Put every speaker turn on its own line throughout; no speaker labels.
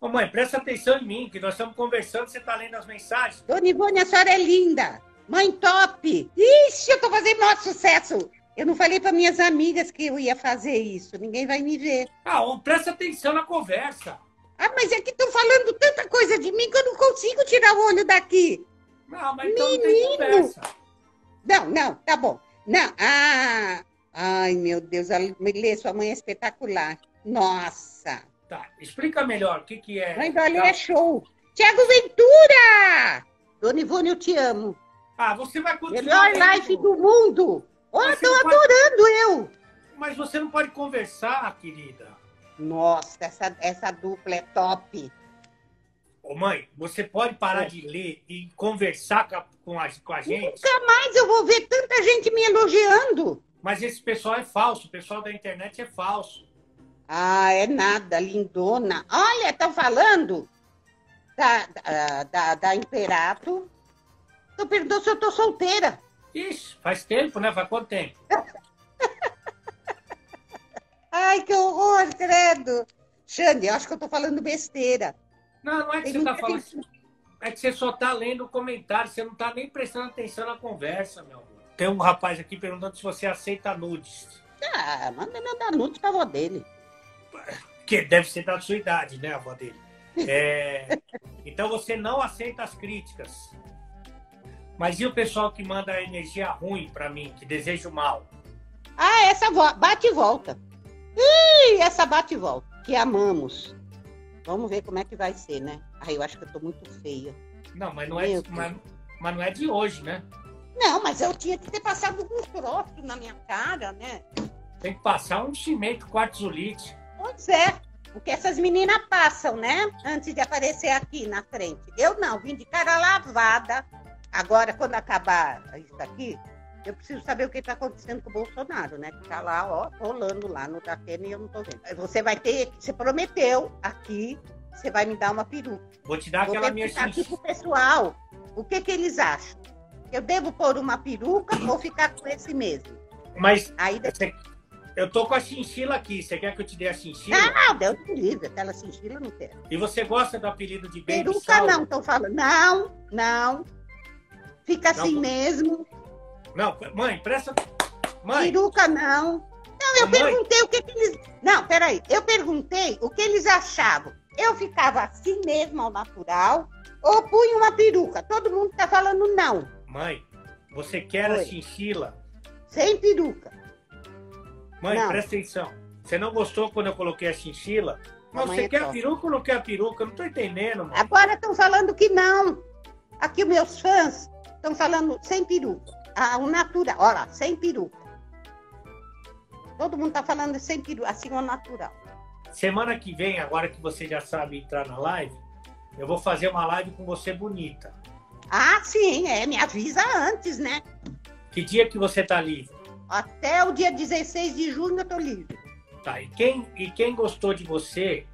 Ô mãe, presta atenção em mim, que nós estamos conversando, você está lendo as mensagens.
Dona Ivone, a senhora é linda. Mãe top. Ixi, eu tô fazendo maior sucesso. Eu não falei para minhas amigas que eu ia fazer isso. Ninguém vai me ver.
Ah, ô, presta atenção na conversa.
Ah, mas é que estão falando tanta coisa de mim que eu não consigo tirar o olho daqui.
Não, mas então não tem
Menino!
conversa.
Não, não, tá bom. Não, ah, ai meu Deus, a Milê, sua mãe é espetacular. Nossa,
Tá, explica melhor o que que é.
mãe do Ale
Tá.
é show. Tiago Ventura! Dona Ivone, eu te amo.
Ah, você vai continuar.
Melhor
lendo,
live do mundo. Oh,
Mas
estão
você pode-
adorando eu.
Mas você não pode conversar, querida.
Nossa, essa, essa dupla é top.
Ô mãe, você pode parar de ler e conversar com a, com a- com a gente?
Nunca mais eu vou ver tanta gente me elogiando.
Mas esse pessoal é falso, o pessoal da internet é falso.
Ah, é nada, lindona. Olha, estão falando da, da, da, da Imperato. Eu perguntou se eu tô solteira.
Ixi, faz tempo, né? Faz quanto tempo?
Ai, que horror, credo. Xande, eu acho que eu tô falando besteira.
Não, não é que
Tem
você tá
muita
falando.
gente-
É que você só tá lendo o comentário, você não tá nem prestando atenção na conversa, meu amor. Tem um rapaz aqui perguntando se você aceita nudes.
Ah, manda meu danudo pra avó dele.
Que deve ser da sua idade, né, a avó dele? É, Então você não aceita as críticas. Mas e o pessoal que manda energia ruim pra mim, que deseja o mal?
Ah, essa vo- bate e volta. Ih, essa bate e volta, que amamos. Vamos ver como é que vai ser, né? Ai, eu acho que eu tô muito feia.
Não, mas não é,
Meu
mas, mas não é de hoje, né?
Não, mas eu tinha que ter passado um troço na minha cara, né?
Tem que passar um cimento quartzolite.
Pois é, o que essas meninas passam, né? Antes de aparecer aqui na frente. Eu não, vim de cara lavada. Agora, quando acabar isso aqui, eu preciso saber o que está acontecendo com o Bolsonaro, né? Que tá lá, ó, rolando lá no Datena e eu não tô vendo. Aí Você vai ter, você prometeu aqui, você vai me dar uma peruca.
Vou te dar
Vou
aquela minha
perguntar aqui
chinchila.
pro pessoal, o que que eles acham? Eu devo pôr uma peruca ou ficar com esse mesmo?
Mas
Aí
você- eu tô com a chinchila aqui. Você quer que eu te dê a chinchila?
Não, ah, Deus me livre, aquela cingila não quero.
E você gosta do apelido de Baby
Peruca
Sal?
não, estão falando. Não, não. Fica
Não,
assim
pô.
mesmo.
Não, mãe, presta. Mãe,
Peruca não. Não, eu
Mãe.
perguntei o que, que eles. Não, peraí. Eu perguntei o que eles achavam. Eu ficava assim mesmo, ao natural, ou punha uma peruca? Todo mundo tá falando não,
mãe, você quer a
Oi.
chinchila?
sem peruca.
Mãe,
Não.
presta atenção. Você não gostou quando eu coloquei a chinchila? Mas
Mamãe
você
é
quer a
top.
peruca ou não quer a peruca? Eu não tô entendendo, mãe.
Agora estão falando que não. Aqui, meus fãs estão falando sem peruca. Ah, o natural. Olha lá, sem peruca. Todo mundo está falando sem peruca, assim, o natural.
Semana que vem, agora que você já sabe entrar na live, eu vou fazer uma live com você bonita.
Ah, sim, é. Me avisa antes, né?
Que dia que você tá livre?
Até o dia 16 de junho eu tô livre.
Tá, e quem, e quem gostou de você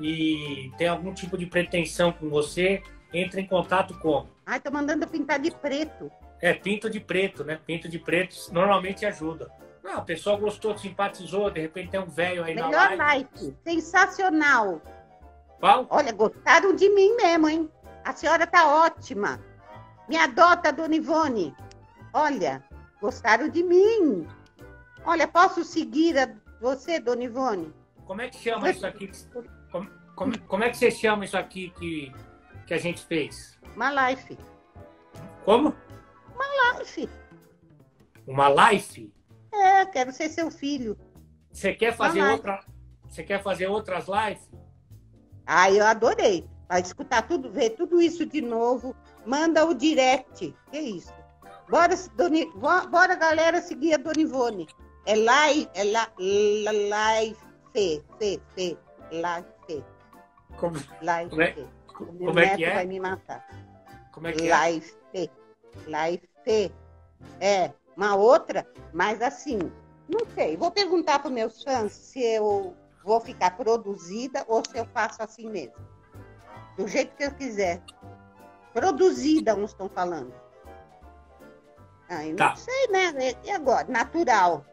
e tem algum tipo de pretensão com você, entra em contato como?
Ai, tô mandando pintar de preto.
É, pinto de preto, né? Pinto de preto normalmente ajuda. Não, o pessoal gostou, simpatizou, de repente tem um velho aí na
Melhor
live.
like. Sensacional.
Qual?
Olha, gostaram de mim mesmo, hein? A senhora tá ótima. Me adota, Dona Ivone. Olha, gostaram de mim. Olha, posso seguir a você, Dona Ivone?
Como é que chama isso aqui? Como, como- como é que você chama isso aqui que, que a gente fez?
Uma life.
Como?
Life.
Uma live?
É, quero ser seu filho.
Você quer fazer
live.
outra? Você quer fazer outras lives?
Ah, eu adorei. Vai escutar tudo, ver tudo isso de novo. Manda o direct. Que isso? Bora, Dona I- bo- bora galera, seguir a Dona Ivone. É live, é la, la, life, fe, fe, fe, life,
Como,
life.
Como é-
O meu
como é
neto
que é?
vai me matar.
Como é que é?
Life. Life. É, uma outra, mas assim, não sei. Vou perguntar para meus fãs se eu vou ficar produzida ou se eu faço assim mesmo. Do jeito que eu quiser. Produzida, uns estão falando. Ah, eu
Tá.
não sei, né? E agora? Natural.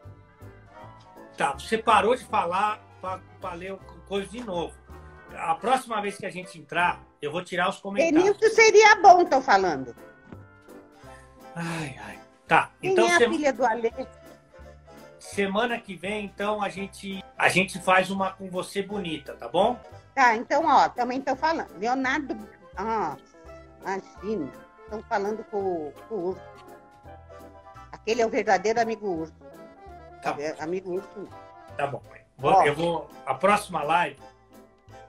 Tá, você parou de falar para ler o coisa de novo. a próxima vez que a gente entrar, eu vou tirar os comentários.
Benito seria bom, estão falando.
Ai, ai. Tá.
Quem
então,
é a
sema-
filha do Alê?
semana que vem, então, a gente, a gente faz uma com você bonita, tá bom?
Tá, então, ó, também estão falando. Leonardo. Ah, imagina. Estão falando com, o- com o urso. Aquele é o verdadeiro amigo urso.
Tá.
É, amigo urso.
Tá bom. mãe. Vou-
Ó.
eu vou. A próxima live.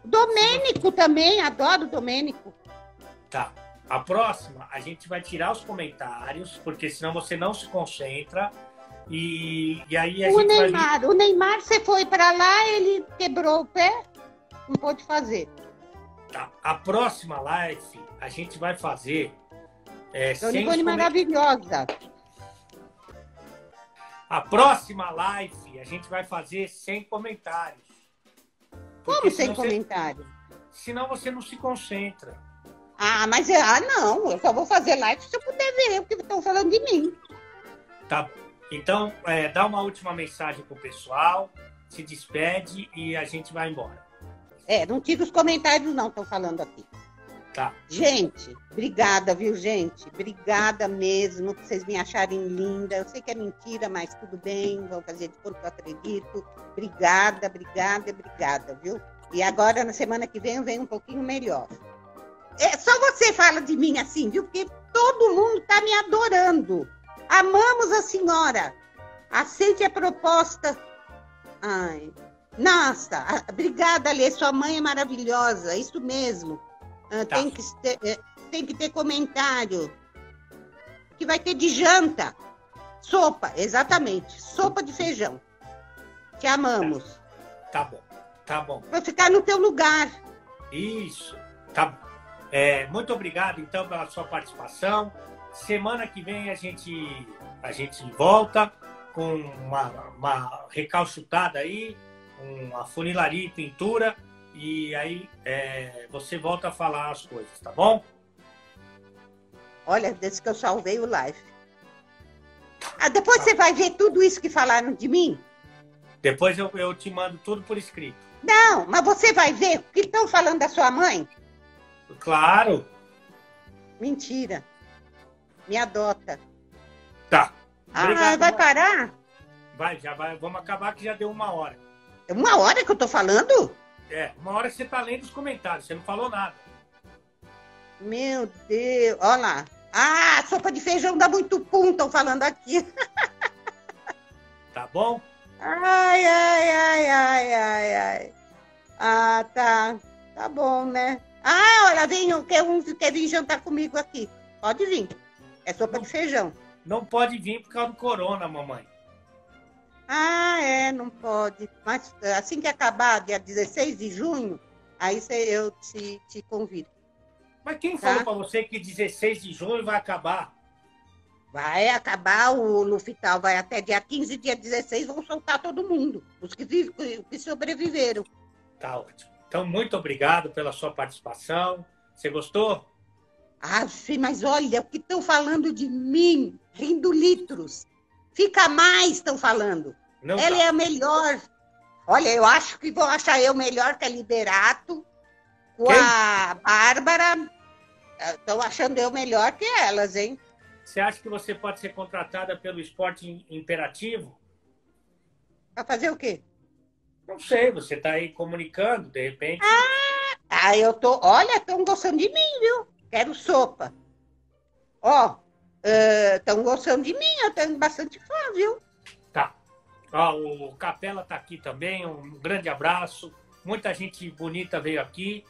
Domênico também, adoro o Domênico.
Tá. A próxima, a gente vai tirar os comentários, porque senão você não se concentra. E, e aí a
O
gente vai.
Neymar, o Neymar, você foi pra lá, ele quebrou o pé, não pôde fazer.
Tá. A próxima live a gente vai fazer. É,
Dona
sem os
Ivone
comen-
maravilhosa.
A próxima live a gente vai fazer sem comentários. Porque
Como sem
senão você-
comentário?
Senão você não se concentra.
Ah, mas eu- ah, não, eu só vou fazer live se eu puder ver o que estão falando de mim.
Tá. Então, é, dá uma última mensagem pro pessoal, se despede e a gente vai embora.
É, não tira os comentários, não, estão falando aqui.
Tá.
Gente, obrigada, viu, gente? Obrigada mesmo por vocês me acharem linda. Eu sei que é mentira, mas tudo bem, vão fazer de conta que eu acredito. Obrigada, obrigada, obrigada, viu? E agora, na semana que vem, eu venho um pouquinho melhor. É, só você fala de mim assim, viu? Porque todo mundo tá me adorando. Amamos a senhora. Aceite a proposta. Ai. Nossa, a- obrigada, Lê. Sua mãe é maravilhosa. Isso mesmo. Ah,
Tá.
tem, que ter, eh, tem que ter comentário. O Que vai ter de janta. Sopa, exatamente. Sopa de feijão. Te amamos.
Tá bom. Tá bom.
Vai ficar no teu lugar.
Isso. Tá bom. É, muito obrigado, então, pela sua participação. Semana que vem a gente, a gente volta com uma, uma recalchutada aí, uma funilaria e pintura. E aí é, você volta a falar as coisas, tá bom?
Olha, desde que eu salvei o live. Ah, depois você vai ver tudo isso que falaram de mim?
Depois eu, eu te mando tudo por escrito.
Não, mas você vai ver o que estão falando da sua mãe?
Claro.
Mentira. Me adota.
Tá.
Ah,
Obrigado,
vai
mãe.
parar?
Vai, já vai. Vamos acabar que já deu uma hora.
É Uma hora que eu tô falando?
É, uma hora que você tá lendo os comentários, você não falou nada.
Meu Deus, olha lá. Ah, sopa de feijão dá muito pum, estão falando aqui.
Tá bom?
Ai, ai, ai, ai, ai, ai. Ah, tá. Tá bom, né? Ah, olha, vem, eu quero um quer vir jantar comigo aqui. Pode vir. É sopa de feijão.
Não pode vir por causa do corona, mamãe.
Ah, é, não pode. Mas eh, assim que acabar, dia 16 de junho, aí cê- eu te, te convido.
Mas quem
Tá.
falou pra você que 16 de junho vai acabar?
Vai acabar o Lufital, vai até dia 15, dia 16, vão soltar todo mundo. Os que, vi- que sobreviveram.
Tá ótimo. Então, muito obrigado pela sua participação. Você gostou?
Ah, sim, mas olha o que estão falando de mim, rindo litros. Fica mais, estão falando.
Não
Ela
tá.
é a melhor. Olha, eu acho que vão achar eu melhor que a Liberato, com
Quem?
a Bárbara. Estão achando eu melhor que elas, hein?
Você acha que você pode ser contratada pelo esporte im- imperativo?
Pra fazer o quê?
Não sei, você tá aí comunicando, de repente.
Ah, eu tô. Olha, estão gostando de mim, viu? Quero sopa. Ó, estão gostando de mim, eu tenho bastante fã, viu?
Tá. Ó, o Capela tá aqui também. Um grande abraço. Muita gente bonita veio aqui,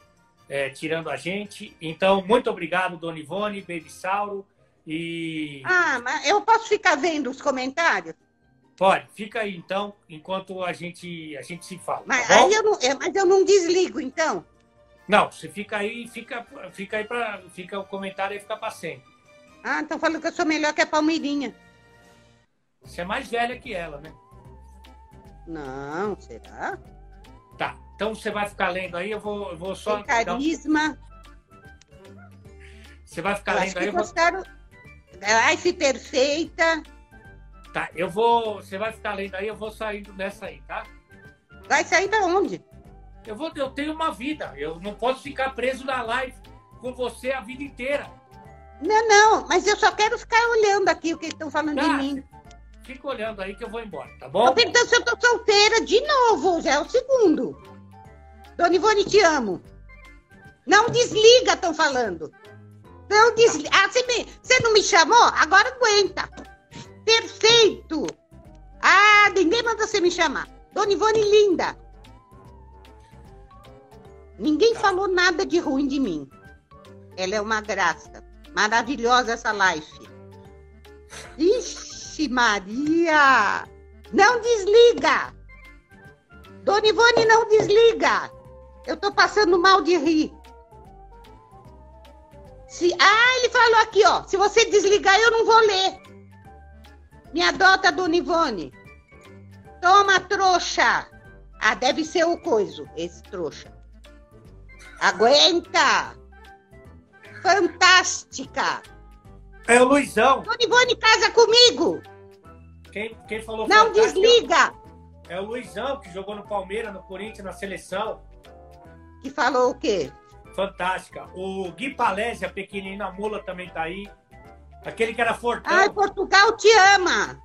eh, tirando a gente. Então, muito obrigado, Dona Ivone, Baby Sauro. E
Ah, mas eu posso ficar vendo os comentários?
pode, fica aí então, enquanto a gente, a gente se fala.
Mas,
tá bom?
aí eu não, é, mas eu não desligo, então.
Não, você fica aí, fica, fica aí para. Fica o comentário aí, fica pra sempre.
Ah, estão falando que eu sou melhor que a Palmeirinha.
Você é mais velha que ela, né?
Não, será?
Tá. Então você vai ficar lendo aí, eu vou, eu vou só. então,
Tem carisma.
Você vai ficar
Eu
lendo
acho
aí,
que
eu vou
gostaram. Life perfeita.
Tá, eu vou. Você vai ficar lendo aí, eu vou saindo dessa aí, tá?
Vai sair da onde?
Eu, vou, eu tenho uma vida, eu não posso ficar preso na live com você a vida inteira.
Não, não, mas eu só quero ficar olhando aqui o que estão falando
Tá.
de mim.
Fica olhando aí que eu vou embora, tá
Tô
bom?
perguntando se eu tô solteira de novo, já é o segundo. Dona Ivone, te amo. Não desliga, estão falando. Não desliga. Ah, você, me- você não me chamou? Agora aguenta. Perfeito. Ah, ninguém manda você me chamar. Dona Ivone, linda. Ninguém falou nada de ruim de mim. Ela é uma graça. Maravilhosa essa live. Ixi, Maria! Não desliga! Dona Ivone, não desliga! Eu tô passando mal de rir. Se... Ah, ele falou aqui, ó. Se você desligar, eu não vou ler. Me adota, Dona Ivone. Toma, trouxa. Ah, deve ser o coiso, esse trouxa. Aguenta! Fantástica!
É o Luizão.
Dona Ivone, casa comigo!
Quem, quem falou
Não
fantástico é o-
desliga!
É o Luizão que jogou no Palmeiras, no Corinthians, na seleção.
Que falou o quê?
Fantástica. O Gui Palésia, pequenininho, a mula também tá aí. Aquele que era fortão.
Ai, Portugal te ama!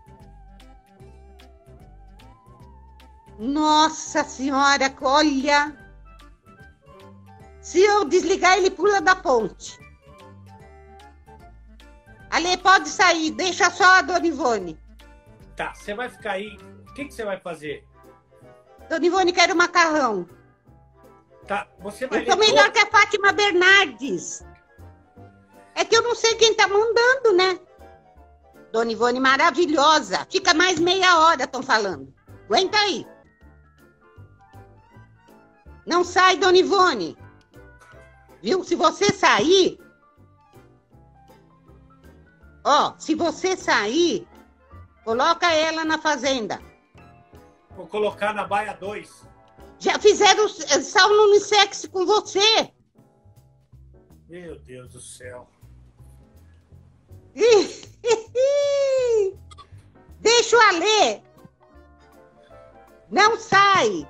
Nossa senhora, olha! Se eu desligar, ele pula da ponte. Ale, pode sair, deixa só a Dona Ivone.
Tá, você vai ficar aí. O que, que você vai fazer?
Dona Ivone quer o macarrão.
Tá, você vai
Eu sou
ler
É melhor
todo-
que a Fátima Bernardes. É que eu não sei quem tá mandando, né? Dona Ivone maravilhosa. Fica mais meia hora, estão falando. Aguenta aí. Não sai, Dona Ivone. Viu? Se você sair. Ó, se você sair, coloca ela na fazenda.
Vou colocar na baia 2.
Já fizeram eh, sauna unissex com você.
Meu Deus do céu.
Deixa o Alê. Não sai.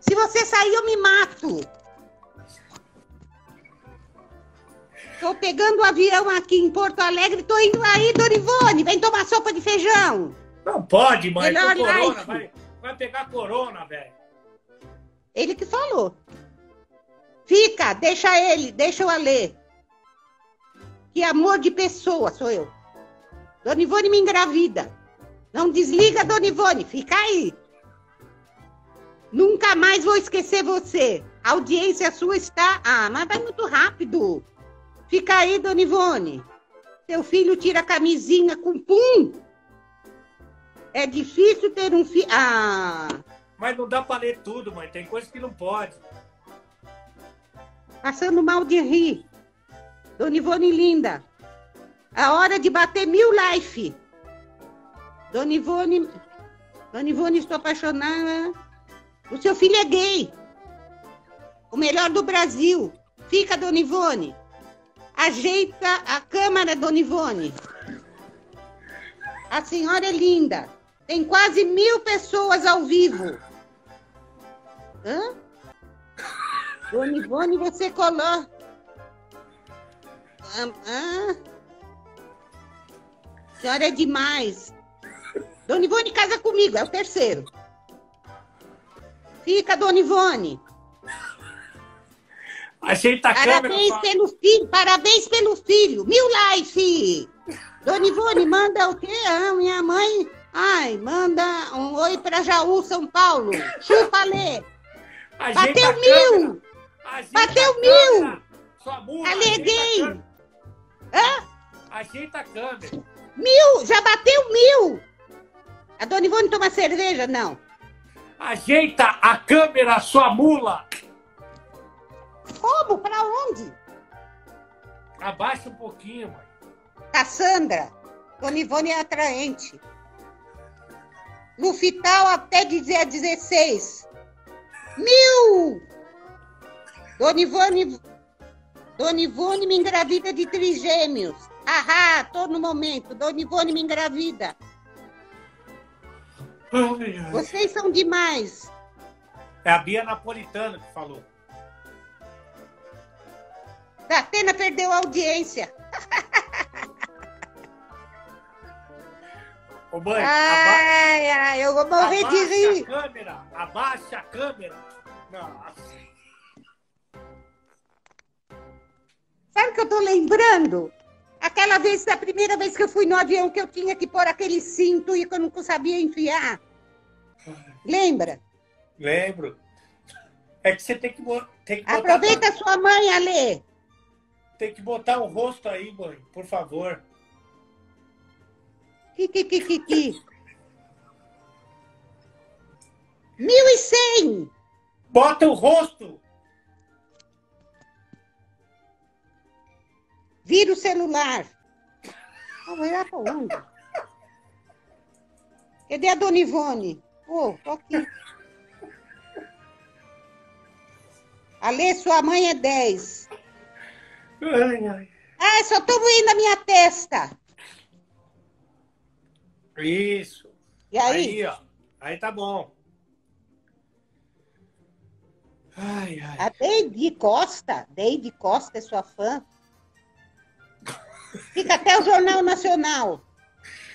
Se você sair, eu me mato. Tô pegando o avião aqui em Porto Alegre. Tô indo aí, Dorivone. Vem tomar sopa de feijão.
Não pode, mãe.
Melhor
Tem corona,
life.
vai, vai pegar corona, velho.
Ele que falou. Fica, deixa ele, deixa o Alê. Que amor de pessoa sou eu. Dona Ivone me engravida. Não desliga, Dona Ivone, fica aí. Nunca mais vou esquecer você. A audiência sua está. Ah, mas vai muito rápido. Fica aí, Dona Ivone. Seu filho tira a camisinha com pum. É difícil ter um filho. Ah.
Mas não dá pra ler tudo, mãe. Tem coisa que não pode.
passando mal de rir. Dona Ivone linda, a hora de bater mil life. Dona Ivone, Dona Ivone, estou apaixonada. O seu filho é gay. O melhor do Brasil. Fica, Dona Ivone. Ajeita a câmara, Dona Ivone. A senhora é linda. Tem quase mil pessoas ao vivo. Hã? Dona Ivone, você coloca. Ah, ah. Senhora é demais. Dona Ivone casa comigo, é o terceiro. Fica, Dona Ivone.
Ajeita a tá câmera.
Parabéns
fala-
pelo filho, parabéns pelo filho. Mil life! Dona Ivone, manda o quê? Ah, minha mãe. Ai, manda um oi pra Jaú, São Paulo. Chupa, Lê.
Ajeita a tá
Bateu
câmera.
mil!
Ajeita
Bateu
a câmera.
mil!
Sua mula,
Aleguei!
ajeita a câmera. Ajeita a câmera.
Mil! Já bateu mil! A Dona Ivone toma cerveja? Não.
Ajeita a câmera, sua mula.
Como? Pra onde?
Abaixa um pouquinho, mãe.
Cassandra. Dona Ivone é atraente. Lufital até dizer 16. Mil! Dona Ivone... Dona Ivone me engravida de trigêmeos. Ahá, tô no momento. Dona Ivone me engravida.
Ai, ai.
Vocês são demais.
É a Bia Napolitano que falou.
A Atena perdeu a audiência.
Ô, mãe,
Ai, ai, Ah, eu vou
aba-
morrer de
abaixa a
rir.
câmera. Abaixa a câmera. Não, assim.
Sabe o que eu tô lembrando? Aquela vez, da primeira vez que eu fui no avião, que eu tinha que pôr aquele cinto e que eu não sabia enfiar. Lembra?
Lembro. É que você tem que, bo- tem que botar...
Aproveita a sua mãe, Alê.
Tem que botar o rosto aí, mãe, por favor.
Ki, ki, ki, ki, ki. 1100!
Bota o rosto!
Vira o celular. Ah, vai lá pra onde? Cadê a Dona Ivone? Ô, tô aqui. Alê, sua mãe é 10.
Ai, ai.
Ah, só tô moendo a minha testa.
Isso.
E aí?
ó. Aí é. tá bom. Ai, ai.
A Deide Costa, Deide Costa é sua fã. Fica até o Jornal Nacional.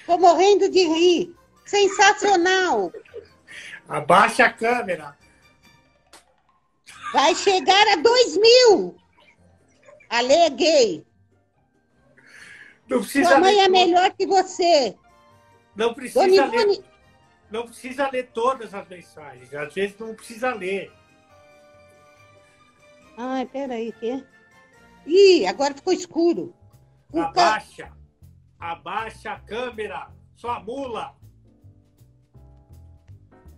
Tô morrendo de rir. Sensacional.
Abaixa a câmera.
Vai chegar a 2 mil. Ale é gay.
Não precisa
Sua mãe
ler
é
tudo.
melhor que você.
Não precisa,
Dona
ler,
Ivone,
não precisa ler todas as mensagens. Às vezes não precisa ler.
Ai, peraí, que? Ih, agora ficou escuro. O
Ah,
ca-
Abaixa. Abaixa a câmera. Sua mula.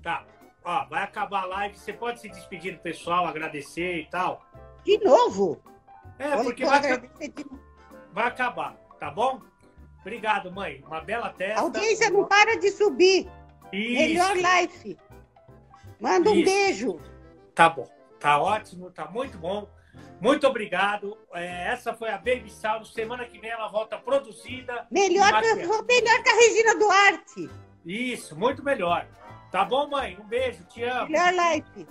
Tá. Ó, vai acabar a live. Você pode se despedir do pessoal, agradecer e tal.
De novo.
É,
Olha,
porque
vou
vai, aca-
agradecer de novo.
vai acabar, tá bom? Obrigado, mãe. Uma bela
A
testa.
audiência é não para de subir.
Isso.
Melhor life. Manda um
Isso.
beijo.
Tá bom, tá ótimo, tá muito bom. Muito obrigado. É, essa foi a Baby Salvo. Semana que vem ela volta produzida.
Melhor,
Bacana.
que- melhor que a Regina Duarte.
Isso, muito melhor. Tá bom, mãe? Um beijo, te amo.
Melhor life.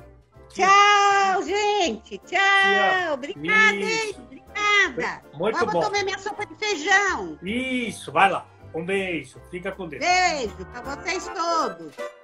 Tchau, gente. Tchau. Obrigada, hein?
Isso.
Obrigada.
Muito
Agora
bom.
vou comer minha sopa de feijão.
Isso, vai lá. Um beijo. Fica com Deus.
Beijo para vocês todos.